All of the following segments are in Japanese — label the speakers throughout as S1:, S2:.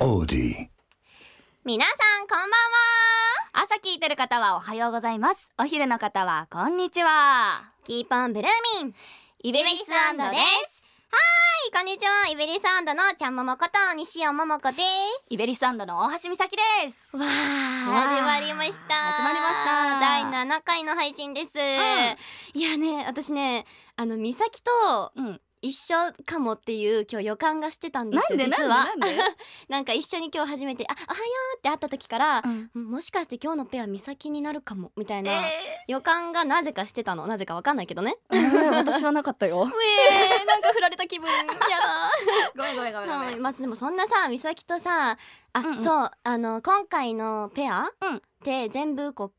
S1: オーディ
S2: 皆さんこんばんは朝聞いてる方はおはようございますお昼の方はこんにちはキーポンブルーミンイベリスアンドですはーいこんにちはイベリスアンドのちゃんももこと西尾ももこです
S3: イベリスアンドの大橋美咲です。
S2: わー始まりました
S3: 始まりました
S2: 第7回の配信です、いやね私ねあの美咲と
S3: うん。
S2: 一緒かもっていう今日予感がしてたんです
S3: なんで
S2: 実は
S3: なんでなんで
S2: なんか一緒に今日初めて「あおはよう」って会った時から、
S3: うん
S2: もしかして今日のペア美咲になるかもみたいな予感がなぜかしてたのなぜかわかんないけどね
S3: 私はなかっ たよ。
S2: えー、なんか振られた気分や
S3: ごめんごめんごめ
S2: だ、はい、まずでもそんなさ美咲とさあ、
S3: うんうん
S2: そうあの今回のペア
S3: うん
S2: って全部こう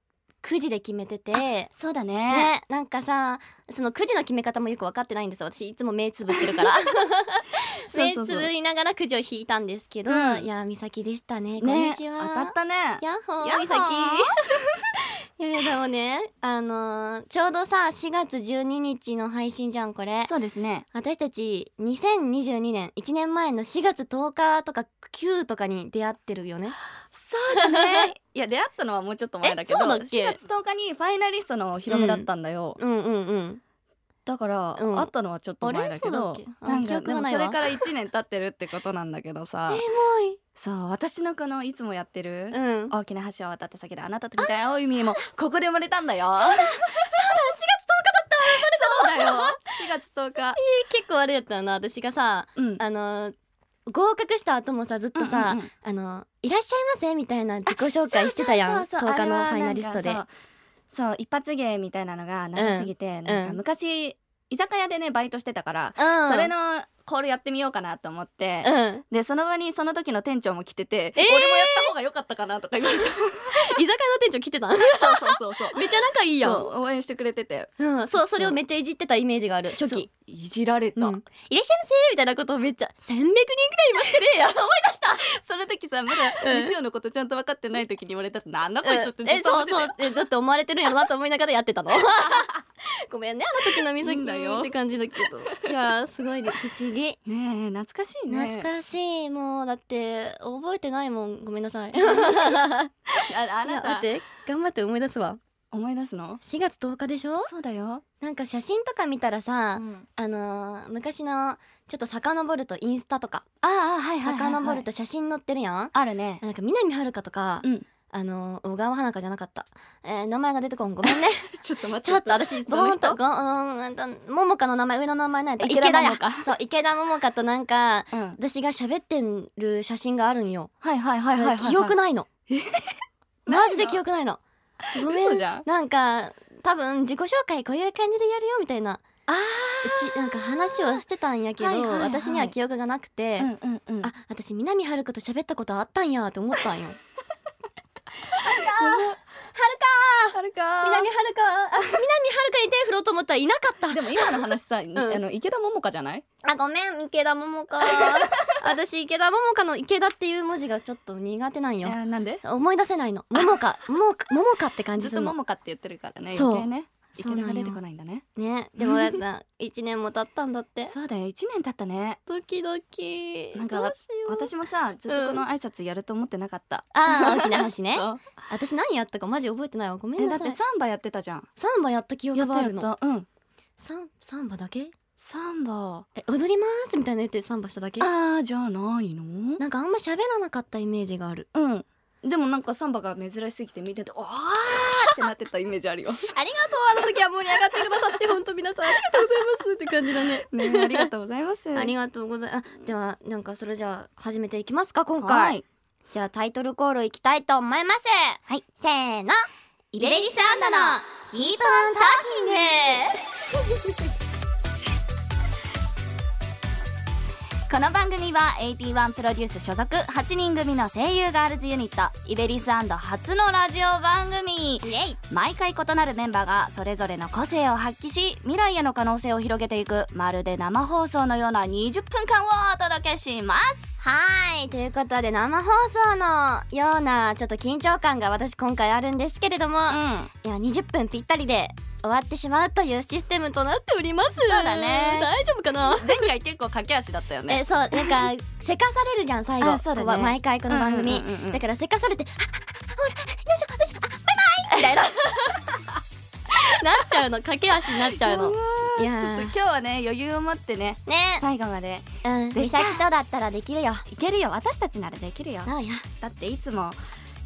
S2: くじで決めてて
S3: そうだね。
S2: ね、なんかさそのくじの決め方もよく分かってないんですよ私いつも目つぶってるから
S3: そう
S2: 目
S3: そう
S2: つ
S3: そう
S2: ぶりながらくじを引いたんですけど、
S3: うん
S2: いや美咲でしたねこん
S3: ね
S2: にちは、
S3: 当たったね。
S2: やっほー
S3: やっほー
S2: 美咲いやいやでもねあのーちょうどさ4月12日の配信じゃんこれ
S3: そうですね。
S2: 私たち2022年1年前の4月10日とか9とかに出会ってるよね
S3: そうだね。 いや出会ったのはもうちょっと前だけど、
S2: えそうだっけ
S3: 4月10日にファイナリストのお披露目だったんだよ。
S2: うんうんうん
S3: だから、
S2: うん
S3: 会ったのはちょっと前だけど
S2: あれそうだっけ、あ
S3: なん
S2: 記
S3: か
S2: 憶
S3: で
S2: が
S3: も
S2: ない
S3: そ
S2: わ
S3: れから1年経ってるってことなんだけどさ
S2: エ、
S3: そう私のこのいつもやってる
S2: モいうん
S3: 大きな橋を渡った先であなたと見たい青い海もここで生まれたんだよ。そうだ、そうだ、4月10日だった。生まれたそうだよ。4月10日。
S2: 結構あれやったよな私がさ
S3: うん
S2: あのー合格した後もさずっとさ、あの「いらっしゃいませ」みたいな自己紹介してたやん
S3: そうそうそう
S2: 10日の
S3: あれは
S2: ファイナリストで
S3: なんかそうそう一発芸みたいなのがなさすぎて、なんか昔居酒屋でねバイトしてたから、
S2: うん
S3: それのコールやってみようかなと思って、
S2: うん
S3: でその場にその時の店長も来てて、
S2: えー
S3: 俺もやった方が良かったかなとか言って
S2: 居酒屋の店長来て た
S3: そうそうそうそう
S2: めっちゃ仲いいやん
S3: そう応援してくれてて
S2: うん、そうそれをめっちゃいじってたイメージがある初
S3: そう
S2: 期、
S3: いじら
S2: う
S3: れ
S2: ん、い
S3: た、
S2: らっしゃいませみたいなことをめっちゃ300人ぐらいいますねや思い出した
S3: その時さま だ
S2: うん
S3: 西尾のことちゃんと分かってない時に言われたってなんだこいつっ
S2: う
S3: て
S2: ん
S3: ずっ
S2: え
S3: と思
S2: そ
S3: っ
S2: う
S3: てて
S2: そうえだって思われてるんやろなと思いながらやってたの ごめんねあの時の美
S3: いいんだ
S2: 咲
S3: よ
S2: って感じだけどいやーすごいね不思議
S3: ねえ懐かしい
S2: 懐
S3: ね
S2: かしいもうだって覚えてないもんごめんなさいい
S3: ああ
S2: や
S3: な
S2: 待ったて頑張って思い出すわ
S3: 思い出すの
S2: 4月10日でしょ
S3: そうだよ、
S2: なんか写真とか見たら
S3: う
S2: さ、
S3: ん、
S2: あのー昔のちょっと遡るとインスタとか
S3: ああはいはいはい、
S2: 遡ると写真載ってるやん、
S3: あるね
S2: なんか南はるかとか、
S3: うん
S2: あのー小川花香じゃなかった、えー名前が出てこんごめんね
S3: ちょっと待って
S2: ちょっと私
S3: その
S2: ボン
S3: 人
S2: とごうんと桃香の名前上の名前ないと
S3: 池田桃
S2: か そう池田桃香となんか
S3: うん
S2: 私が喋ってる写真があるんよ、
S3: はいはいはいはいはい、
S2: 記憶ないの マジで記
S3: 憶
S2: 憶ないのごめ
S3: 嘘
S2: ん
S3: じゃん
S2: なんか多分自己紹介こういう感じでやるよみたいな
S3: あ
S2: うちなんか話をしてたんやけど、
S3: はいはいはい
S2: 私には記憶がなくて、
S3: うんうんうん
S2: あ私南春子と喋ったことあったんやって思ったんよ
S3: はるか
S2: 南春子あ南春子に手振ろうと思ったらいなかった
S3: でも今の話 さ、あの池田桃香じゃない
S2: あごめん池田桃香 私池田桃香の池田っていう文字がちょっと苦手なんよ
S3: なんで
S2: 思い出せないの桃 香桃香桃香って感
S3: ず
S2: じ
S3: っ
S2: する
S3: と
S2: の
S3: 桃香って言ってるからね
S2: そう
S3: 余計ね池
S2: そう
S3: 田
S2: なんよ
S3: が出てこないんだね
S2: ねで もやっぱ1年も経ったんだって
S3: そうだよ一年経ったね
S2: ドキドキ
S3: なんかわ
S2: どうしよう
S3: 私もさずっとこの挨拶やると思ってなかった、
S2: あー大きな橋ね
S3: そう
S2: 私何やったかマジ覚えてないわごめ
S3: え
S2: んな
S3: だっ
S2: さい
S3: てサンバやってたじゃん
S2: サンバやった記憶があるの
S3: たうん
S2: サンサンバだけ
S3: サンバ
S2: え踊りますみたいな言ってサンバしただけ
S3: あーじゃないの
S2: なんかあんま喋らなかったイメージがある
S3: うんでもなんかサンバが珍しすぎて見てておーってなってたイメージあるよ
S2: ありがとうあの時は盛り上がってくださって本当皆さんありがとうございますって感じだね
S3: ねありがと うござい ます
S2: ありがとうございますではなんかそれじゃあ始めていきますか今回、
S3: はい
S2: じゃあタイトルコールいきたいと思いますはいせーのイベリスアンドのキープンターキング
S3: この番組は81プロデュース所属8人組の声優ガールズユニットイベリス初のラジオ番組
S2: イエイ
S3: 毎回異なるメンバーがそれぞれの個性を発揮し未来への可能性を広げていくまるで生放送のような20分間をお届けします
S2: はいということで生放送のようなちょっと緊張感が私今回あるんですけれども、い
S3: ん
S2: や20分ぴったりで終わってしまうというシステムとなっておりますそう
S3: だね
S2: 大丈夫かな
S3: 前回結構駆け足だったよね
S2: えそうなん かせかされるじゃん最後
S3: あそうだね
S2: こう毎回この番組、
S3: うんうんうんうん
S2: だからせかされて「ああほらよいしょよいしょあバイバイ」みたいななっちゃうの駆け足になっちゃうのいや
S3: ちょっと今日はね余裕を持ってね
S2: ね
S3: 最後まで
S2: うん
S3: で
S2: 美
S3: した
S2: 咲とだったらできるよ
S3: いけるよ私たちならできるよ
S2: そうよ
S3: だっていつも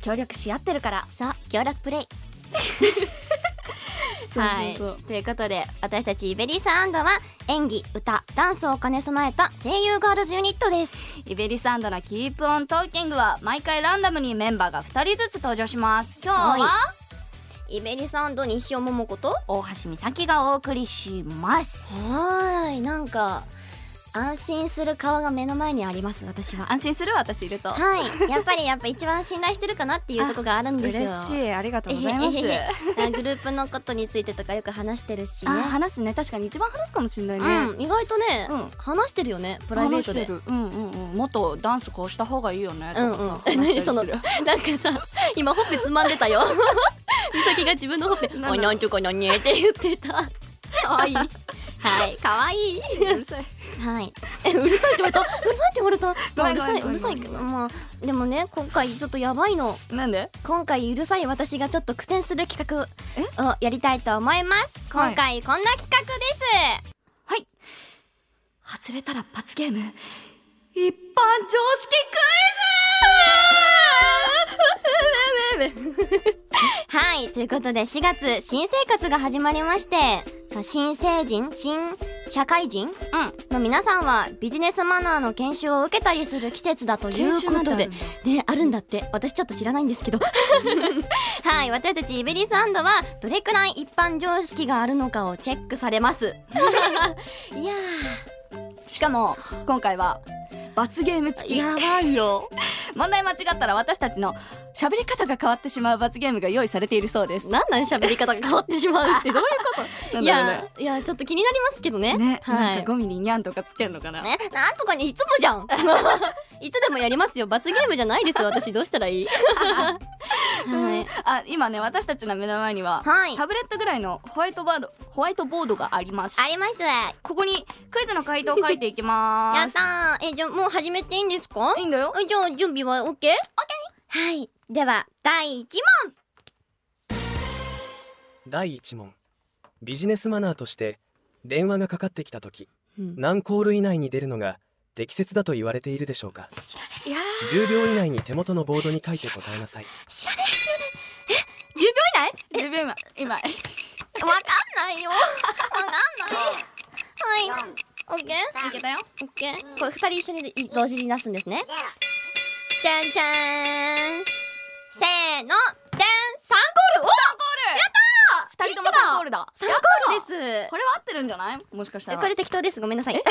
S3: 協力し合ってるから
S2: そう協力プレ イはい
S3: そうそう
S2: ということで私たちイベリスアンドは演技歌ダンスを兼ね備えた声優ガールズユニットです
S3: イベリサンドのキープオントーキングは毎回ランダムにメンバーが2人ずつ登場します今日は、
S2: はイベリスアンド西尾桃子と
S3: 大橋美咲がお送りします
S2: はーいなんか安心する顔が目の前にあります私は
S3: 安心する私いると
S2: はいやっぱりやっぱ一番信頼してるかなっていうとこがあるんですよ
S3: 嬉しいありがとうござい
S2: え
S3: ま
S2: へ
S3: す
S2: へへあグループのことについてとかよく話してるし
S3: あ
S2: ね
S3: ー話すね確かに一番話すかもしれないね、
S2: うん意外とね、
S3: うん
S2: 話してるよねプライベートで
S3: 話してるうんうんうんもっとダンスこうした方がいいよね
S2: うんうん
S3: とかさ話したりする
S2: 何そのなんかさ今ほっぺつまんでたよ美咲が自分のほっぺ「
S3: な
S2: おいなんちゅうかなんに」って言ってた
S3: 可愛い
S2: はいかわいいう
S3: るさい
S2: はいえうるさいって言われたうるさいって言われた
S3: ご
S2: まあう
S3: め
S2: んるさいう
S3: ごめん
S2: るさい
S3: ごめんごめん
S2: まあでもね今回ちょっとやばいの
S3: なんで
S2: 今回うるさい私がちょっと苦戦する企画をやりたいと思います
S3: はい
S2: 今回こんな企画です
S3: はい外れたら罰ゲーム一般常識
S2: はいということで4月新生活が始まりまして新成人新社会人
S3: クイズうん
S2: の皆さんはビジネスマナーの研修を受けたりする季節だということでね、あるんだって私ちょっと知らないんですけ どはい私たちイベリスアンドはどれくらい一般常識があるのかをチェックされます いや
S3: しかも今回は罰ゲーム付き
S2: ばいよ
S3: 問題間違ったら私たちの喋り方が変わってしまう罰ゲームが用意されているそうです
S2: なんなん喋り方が変わってしまう ってどういうことい
S3: なんだろう
S2: や
S3: ね
S2: いやちょっと気になりますけどね
S3: ね、
S2: はい
S3: なんかゴミにニャンとかつけんのかな、
S2: ね、なんとかにいつもじゃん いつでもやりますよ罰ゲームじゃないですよ私どうしたら いいはい
S3: あ今ね私たちの目の前には、
S2: はい
S3: タブレットぐらいのホワイトボードホワイトボードがあります
S2: ります
S3: ここにクイズの回答を書いていきます
S2: やったーえじゃあもう始めていいんですか
S3: いいんだよ
S2: じゃあ準備は OK?OK はいでは第1問
S1: 第1問ビジネスマナーとして電話がかかってきた時
S2: うん
S1: 何コール以内に出るのが適切だと言われているでしょうか
S3: いや
S1: 10秒以内に手元のボードに書いて答えなさい
S2: 知らねえ知らねええ10秒以内
S3: ー10秒今今
S2: わかんないよ。わかんない。はい。オッケー。
S3: いけたよ
S2: オッケー。これ二人一緒にでい同時に出すんですね。じゃんじゃーん。せーの、でん、三ゴール。お
S3: 二人とも3コールだ
S2: 三
S3: や
S2: ゴ
S3: った
S2: ールです。
S3: これは合ってるんじゃないもしかした
S2: え
S3: ら
S2: これ適当です。ごめんなさい。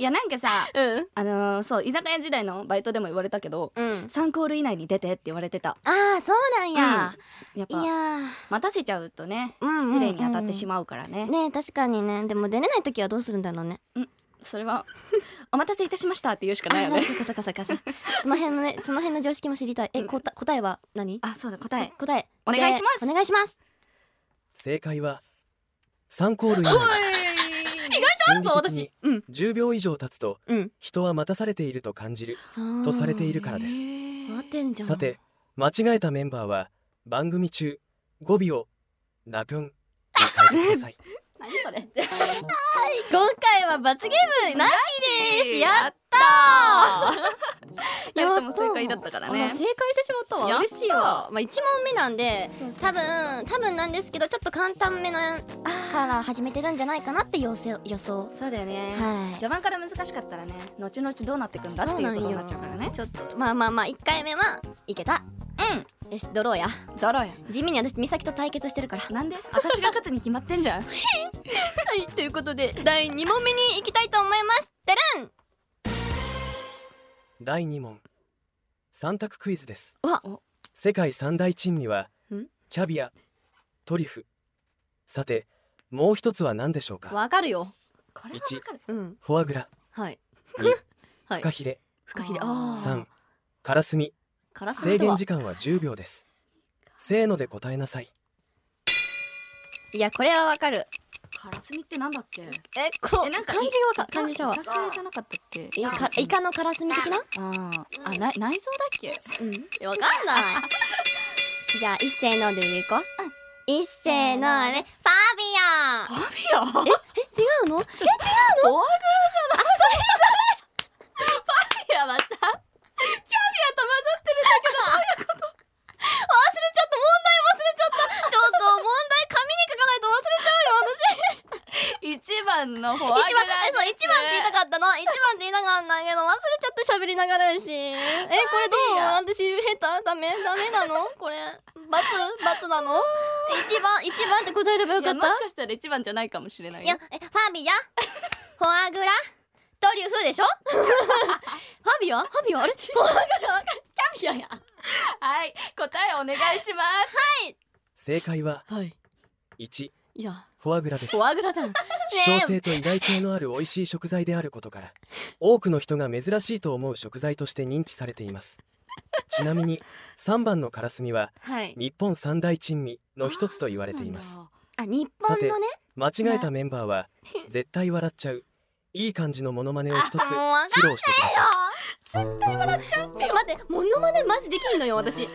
S3: いやなんかさ
S2: うん。
S3: あのーそう居酒屋時代のバイトでも言われたけど
S2: うん。
S3: 3コール以内に出てって言われてた
S2: ああ、そうなんや。
S3: やっ
S2: い
S3: ぱ
S2: や
S3: 待たせちゃうとね
S2: うんうんうん
S3: 失礼に当たってしまうからね,、
S2: ー。ねえ確かにね。でも出れないときはどうするんだろうね。
S3: それは お待たせいたしましたって言うしか
S2: あ
S3: ないよ
S2: ー、
S3: ね
S2: そっかそっかそっかそっか。その辺の ね、その辺の常識も知りたい。え、こた答えは何？
S3: あそうだ答え
S2: こ答え。
S3: お願いします
S2: お願いします。
S1: 正解は3コール以内心理的に
S3: うん
S1: 10秒以上経つと
S2: うん。
S1: 人は待たされていると感じるとされているからです
S2: 終わってんじゃん
S1: さて間違えたメンバーは番組中語尾をラピョンに変えてください
S3: 何それ
S2: 今回は罰ゲームなしですやっ
S3: った
S2: た
S3: ーやっても正解だったから
S2: あ
S3: ね
S2: 正解してしまった
S3: や
S2: わ
S3: った
S2: 嬉しいわまあ一問目なんで多分多分なんですけどちょっと簡単めなから始めてるんじゃないかなって予想予想
S3: そうだよね
S2: はい
S3: 序盤から難しかったらね後々どうなってくんだっていうことになっちゃうからね
S2: ちょっとまあまあまあ一回目はいけた
S3: う
S2: よしドローや
S3: んだろうや
S2: 地味に私美咲と対決してる から
S3: なんで私が勝つに決まってんじゃん
S2: はい、ということで第2問目に行きたいと思います。てるん
S1: 第2問3択クイズです
S2: うわ
S3: お
S1: 世界三大珍味は
S3: ん
S1: キャビアトリュフさてもう一つは何でしょうか
S2: わかるよ。
S3: これはわかる
S2: うん、
S1: フォアグラ
S2: はい。
S1: 2
S2: はい
S1: フカヒレ
S2: フカヒレ。
S3: あー
S2: ああ。
S1: 3カラスミ
S2: カラスミ
S1: 制
S2: と
S1: 限
S2: は
S1: 時間は10秒ですせーので答えなさい
S2: いやこれはわかる
S3: からすみってなんだっけ
S2: えこ
S3: えなんか
S2: 漢字がわか
S3: 漢
S2: 漢字
S3: 字じ
S2: じ
S3: ゃ
S2: ゃ
S3: わ
S2: わ
S3: イカじゃなかったっけ
S2: イカイカのカラスミ的な
S3: あーあな内臓だっけ
S2: えわかん ないじゃあ一斉ので言うこう一斉のでファビアン
S3: ファビアファビ
S2: え違うのえ
S3: アはさキャビアと混ざってる
S2: 忘れちゃった問題忘れちゃったちょっと問題紙に書かないと忘れちゃうよ私
S3: 一番のフォアグラ
S2: 一番えそう一番って言いたかったの一番って言いたかったけど忘れちゃって喋りながらやしえこれどう私下手ダメダメなのこれバツバツな の一番一番って答えればよ
S3: い
S2: か
S3: や
S2: っ
S3: も
S2: た
S3: しかしたら一番じゃないかもしれない
S2: いやえファビアフォアグラトリュフでしょファビアファビアあれフォアグラキャビアや
S3: はい答えお願いしま
S1: 正解は
S3: すはい
S1: 1
S3: いや
S1: フォアグラです
S3: フォアグラだ
S1: 希少性と意外性のある美味しい食材であることから多くの人が珍しいと思う食材として認知されていますちなみに3番のカラスミは
S3: はい
S1: 日本三大珍味の一つと言われています
S2: あ日本のね
S1: 間違えたメンバーは絶対笑っちゃういい感じのモノマネを一つ披
S2: あもうわ
S1: 露してください
S2: ちょっと待ってモノマネマジできんのよ私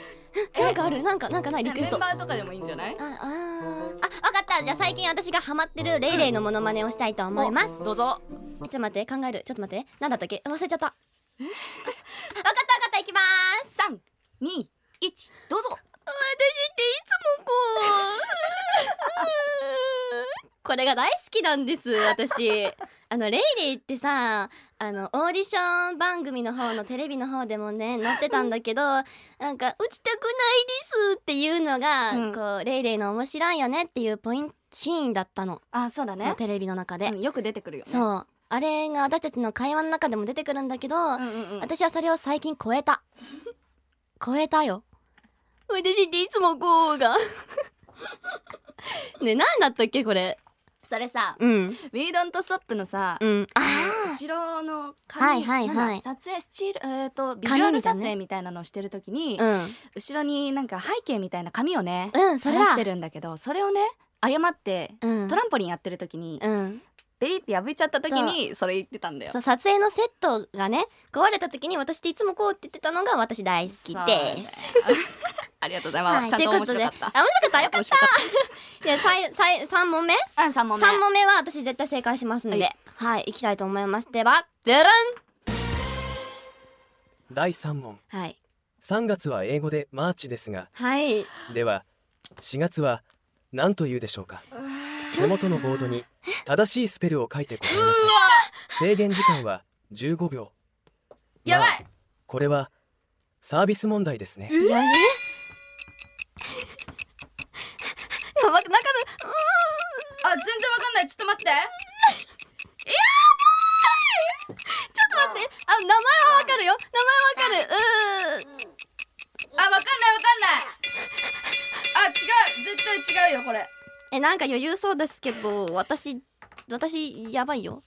S2: なんかあるなんかなんかないリクエ
S3: メ
S2: ス
S3: ン
S2: トあ
S3: バーとかでもいいんじゃない
S2: あーあわかったじゃあ最近私がハマってるレイレイのモノマネをしたいと思いますちょ
S3: どうぞ
S2: っと待って考えるちょっと待ってなんだったっけ忘れちゃったわかったわかったいきます
S3: 三二一どうぞ
S2: 私っていつもこう これが大好きなんです私あのレイレイってさあのオーディション番組の方のテレビの方でもね載ってたんだけどなんか「落ちたくないです」っていうのが、
S3: うん
S2: こうレイレイの面白いよねっていうポイントシーンだったの、
S3: あそうだ
S2: そのテレビの中で、
S3: うんよく出てくるよねう
S2: そうあれが私たちの会話の中でも出てくるんだけど、
S3: んうんうん
S2: 私はそれを最近超え た超えたよ私っていつもこう がね何だったっけこれ
S3: それさ
S2: うん
S3: 「We Don't Stop」のさ
S2: うんあ
S3: 後ろの紙
S2: はいはいはい
S3: なんだ撮影スチールえっとビジュアル撮影みたいなのをしてる時に
S2: うん
S3: 後ろになんか背景みたいな紙をね
S2: うんそ
S3: 垂
S2: れ
S3: ら
S2: だ
S3: してるんだけどそれをね誤って
S2: うん
S3: トランポリンやってる時に
S2: うん
S3: ベリって破いちゃった時にそれ言ってたんだよ
S2: そう撮影のセットがね壊れた時に私っていつもこうって言ってたのが私大好き
S3: そうだ
S2: で
S3: よ
S2: す
S3: ありがとうございます、
S2: はい
S3: ちゃんと面白かっ
S2: ということ
S3: た
S2: であ面白かったよかっ
S3: 面白かった
S2: でさいさい3問目
S3: たうん三問目
S2: 3問目は私絶対正解しますので
S3: は
S2: はい行きたいと思いますではでらん
S1: 第3問
S2: はい
S1: 3月は英語でマーチですが
S2: はい
S1: では4月は何と言うでしょうか手元のボードに正しいスペルを書いて答えます制限時間は15秒
S3: やばい
S1: まあこれはサービス問題ですね
S2: いやね。やばくなかった。
S3: あ全然わかんないちょっと待って
S2: ちょっと待って。あ、名前はわかるよ。名前はわかる。うー。
S3: あわかんないわかんないあ違う絶対違うよこれ
S2: え、なんか余裕そうですけど、私、私やばいよ。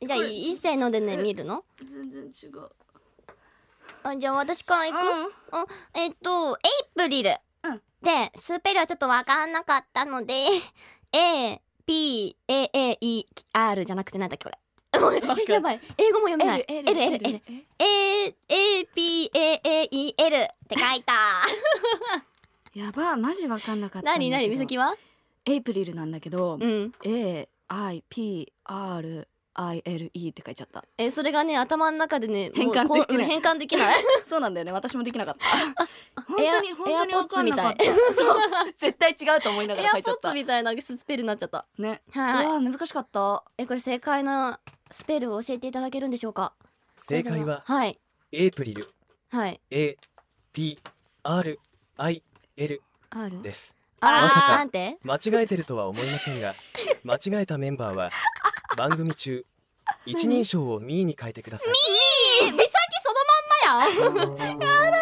S2: じゃあ
S3: これ
S2: 一斉のでね見るの？
S3: 全然違う
S2: あ、じゃあ私から行く。あえっと、エイプリル。
S3: うん
S2: で、スペルはちょっとわかんなかったので、A P A A E R じゃなくてなんだっけこれ。もう
S3: わかん
S2: やばい。英語も読めない。
S3: L
S2: L L L A A P A A E L って書 いた。
S3: やばマジわかんなかったんだ
S2: な
S3: け
S2: に
S3: ど
S2: な にみさきは？
S3: エイプリルなんだけど、
S2: ん。
S3: A I P R I L E って書いちゃった
S2: えそれがね頭の中でね
S3: 変
S2: もう
S3: 換
S2: こう
S3: できない
S2: うん変換できない。
S3: そうなんだよね私もできなかった本当
S2: エ
S3: に
S2: ア
S3: 本当にわかんなかっ
S2: エ
S3: たそう 絶対違うと思いなが
S2: エ
S3: ら書
S2: ア
S3: いち
S2: ポ
S3: ゃ
S2: ッ
S3: った
S2: ツみたいなスペルになっちゃった。
S3: ねう
S2: はい。
S3: わ難しかった
S2: えこれ正解のスペルを教えていただけるんでしょうか。
S1: 正解は
S2: はい
S1: エイプリル
S2: はい。
S1: A P R I L
S2: R。
S1: です
S2: あ
S1: まさか
S2: なんて？
S1: 間違えてるとは思いませんが間違えたメンバーは番組中一人称をミーに変えてください
S2: え美咲そのまんまやん。やだー。あー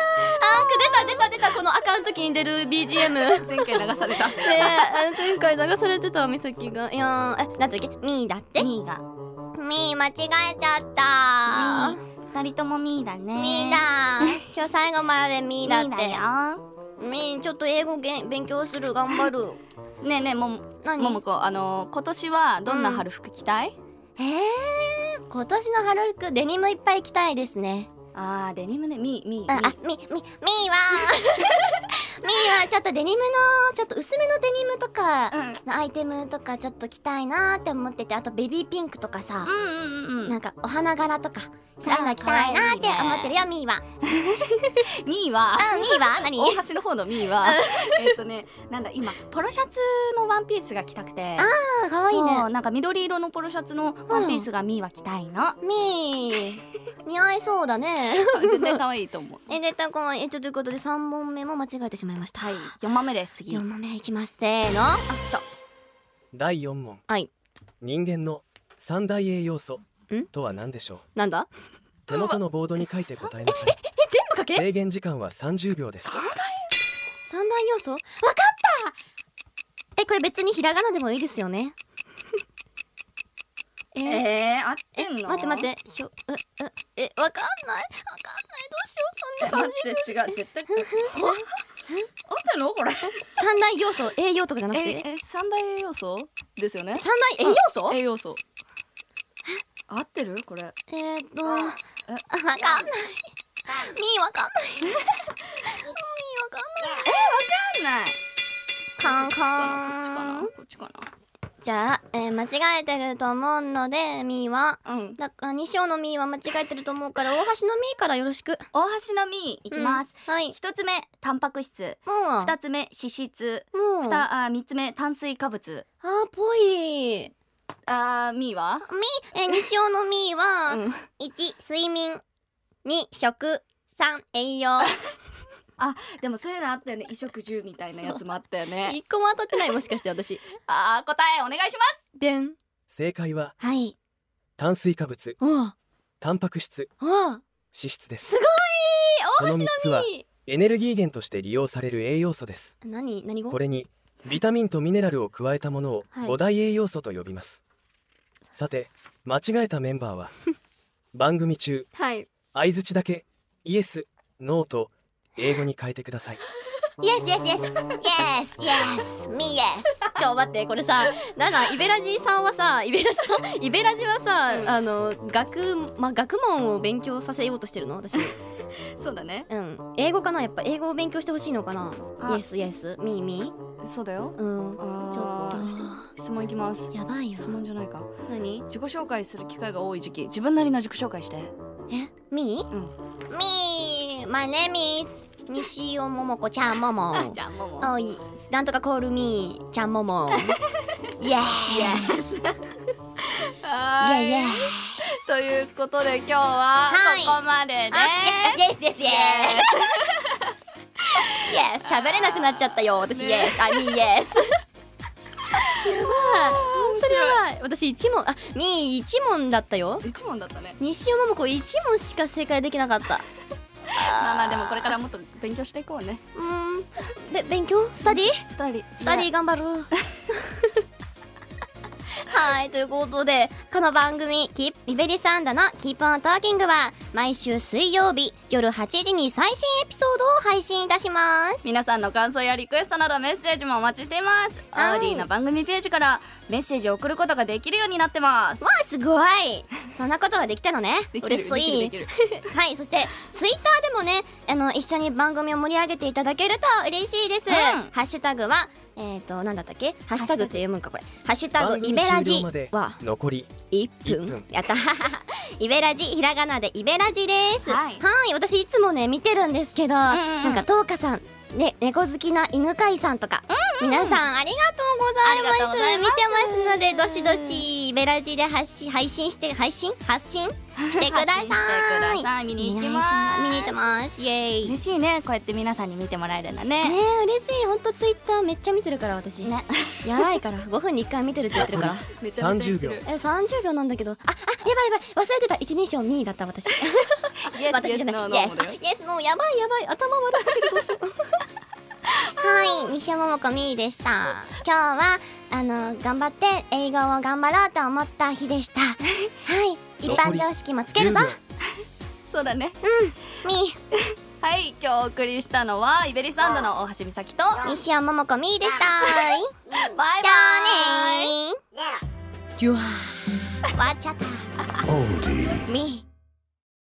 S2: 出た出た出たこのアカウント機に出る BGM。
S3: 前回流された
S2: ねえ、あの前回流されてた美咲が、いやー、え、なんだっけ、ミーだって。ミーが。ミー間違えちゃったー。
S3: 二人ともミーだね
S2: ミーだー。今日最後までミーだって。
S3: よ
S2: ミーちょっと英語げん勉強する、頑張る。
S3: ねえねえもも
S2: 何
S3: ももこあのー今年はどんな春服着たい、
S2: えー、今年の春服デニムいっぱい着たいですね
S3: あーデニムねみーみー
S2: あ
S3: み
S2: あみみみーは みーはちょっとデニムのちょっと薄めのデニムとか
S3: ー
S2: のアイテムとかちょっと着たいなーって思っててあとベビーピンクとかさ、
S3: うんうんうんうん
S2: なんかお花柄とかそういうの着たいなーって思ってるよみーは
S3: みーは
S2: あみーは 何
S3: 大橋の方のみーはえっとねなんだ今ポロシャツのワンピースが着たくて
S2: あーかわいいね
S3: そうなんか緑色のポロシャツのワンピースがみーは着たい の、
S2: みー似合いそうだ ね
S3: 全然可愛いと思う
S2: え絶対このえちょということで3本目も間違えてしまいました
S3: はい四番目です次
S2: 4問目いきますせーのあ来た
S1: 第4問、
S2: はい
S1: 人間の三大栄養素
S2: ん
S1: とは何でしょう
S2: なんだ
S1: 手元のボードに書いて答えなさい
S2: え全部かけ
S1: 制限時間は30秒です
S2: 三大要素わかったえこれ別にひらがなでもいいですよねえー
S3: えー、合って
S2: え
S3: んの
S2: 待って待ってしょえええわかんないわかんないどうしようそんな
S3: 待って違う絶対合ってんのこれ
S2: 三大要素栄養とかじゃなくて
S3: ええ三大栄養素ですよね
S2: 三大栄養素
S3: 栄養素合ってるこれ
S2: えーっとあわ
S3: え
S2: かんないみーわかんないみーわかんない
S3: ない
S2: カン
S3: こっちか
S2: カ
S3: な
S2: ン
S3: こっちか
S2: じゃあ、えー、間違えてると思うのでみーは
S3: なうん
S2: だあ西尾のみーは間違えてると思うから大橋のみーからよろしく
S3: 大橋のみいきます、、
S2: うんはい
S3: 一つ目タンパク質
S2: もう
S3: 二つ目脂質
S2: もう
S3: 二あ三つ目炭水化物
S2: あーぽい
S3: あーみーは
S2: えー西尾のみー は、
S3: うん
S2: 一睡眠二食三栄養
S3: でもそういうのあったよね衣食住みたいなやつもあったよね
S2: 一個も当たってないもしかして私
S3: あー答えお願いしま
S2: でん
S1: 正解は
S2: はい
S1: 炭水化物
S2: おう
S1: タンパク質
S2: おう
S1: 脂質です
S2: すごい
S1: この3つは
S2: み
S1: エネルギー源として利用される栄養素です
S2: 何何語
S1: これにビタミンとミネラルを加えたものを
S2: はい
S1: 5大栄養素と呼びます、さて間違えたメンバー は番組中
S2: はい
S1: 相づちだけイエスノーと英語に変えてください
S2: イエスイエスイエスイエスイエスミイエスちょ待ってこれさなんかイベラジさんはさイベラジさんイベラジはさあの学まあ学問を勉強させようとしてるの私
S3: すそうだね
S2: うん英語かなやっぱ英語を勉強してほしいのかな
S3: あ
S2: イエスイエスミーミ
S3: そうだよ
S2: ーうん
S3: あ
S2: ちょっと
S3: ー質問いきます
S2: やばいよ
S3: 質問じゃないか
S2: 何
S3: 自己紹介する機会が多い時期自分なりの自己紹介して
S2: えミー、
S3: うん
S2: ミー My name is 西尾桃子ちゃんもも
S3: あ じゃあもも
S2: おいなんとかコールミーちゃんも もイエーイ
S3: は
S2: イ
S3: ー
S2: エイイエーイ
S3: ということで今日は
S2: はい
S3: ここまでです、
S2: あイエイエスイエスイエ スイエス喋れなくなっちゃったよ私イエスあミ ーイエスやばい本当にやばい私一問あミー一問だったよ
S3: 一問だったね
S2: 西尾桃子一問しか正解できなかった
S3: まあまあでもこれからもっと勉強していこうね
S2: うんべ勉強スタディ
S3: スタディ
S2: 二人頑張 ろう。はい、ということで、この番組、キリベリサンダの Keep on Talking は、毎週水曜日夜8時に最新エピソードを配信いたします。
S3: 皆さんの感想やリクエストなどメッセージもお待ちしています
S2: はい
S3: アウディの番組ページからメッセージを送ることができるようになってます
S2: わあ、すごいそんなことができたのね。
S3: できて
S2: 嬉
S3: る
S2: し
S3: できるで
S2: い
S3: き。る
S2: はい、そして、ツイッターでもね、あの、一緒に番組を盛り上げていただけると嬉しいです。
S3: うん
S2: ハッシュタグは、えっ、と、なんだったっけハッシュタグって読むんか、これ。ハッシュタグ、
S1: 番
S2: イ
S1: 組
S2: ベラ
S1: 終了
S2: ジ
S1: まで
S2: は、
S1: 残り
S2: 一分
S1: 一分
S2: やった イベラジひらがなでイベラジです
S3: はい
S2: い私いつもね見てるんですけど、なんかトウカさんね猫好きな犬飼いさんとか、皆さんありがとうござい
S3: あ
S2: ま
S3: り
S2: す
S3: がとうございます
S2: 見てますのでどしどしイベラジで発信配信して配信発 信してください
S3: 発信してください見に行きます
S2: お願いし見に行ってますイエーイね
S3: 嬉しいねこうやって皆さんに見てもらえるんだね
S2: 嬉しい本当ツイッターめっちゃ見てるから私ねやばいから5分に1回見てるって言ってるから
S3: めちゃめちゃ言
S1: 30
S3: って
S1: 秒
S3: る
S2: え30秒なんだけどああやばいやばい忘れてた一人称ミーだった私私じゃなくて
S3: Yes, yes, no, no だよ
S2: イエスノーやばいやばい頭悪すぎるどうしようはい西山桃子ミーでした今日はあの頑張って英語を頑張ろうと思った日でしたはい一般常識もつけるぞ
S1: 10秒
S3: そうだね
S2: ミー
S3: はい今日お送りしたのはイベリスランドの大橋美咲とバイ
S2: 西山桃子みーでしたーい
S3: バ
S2: じゃあ
S3: イ
S2: ねー
S4: ゼロ
S2: 終わっちゃった
S5: オーディ
S2: みー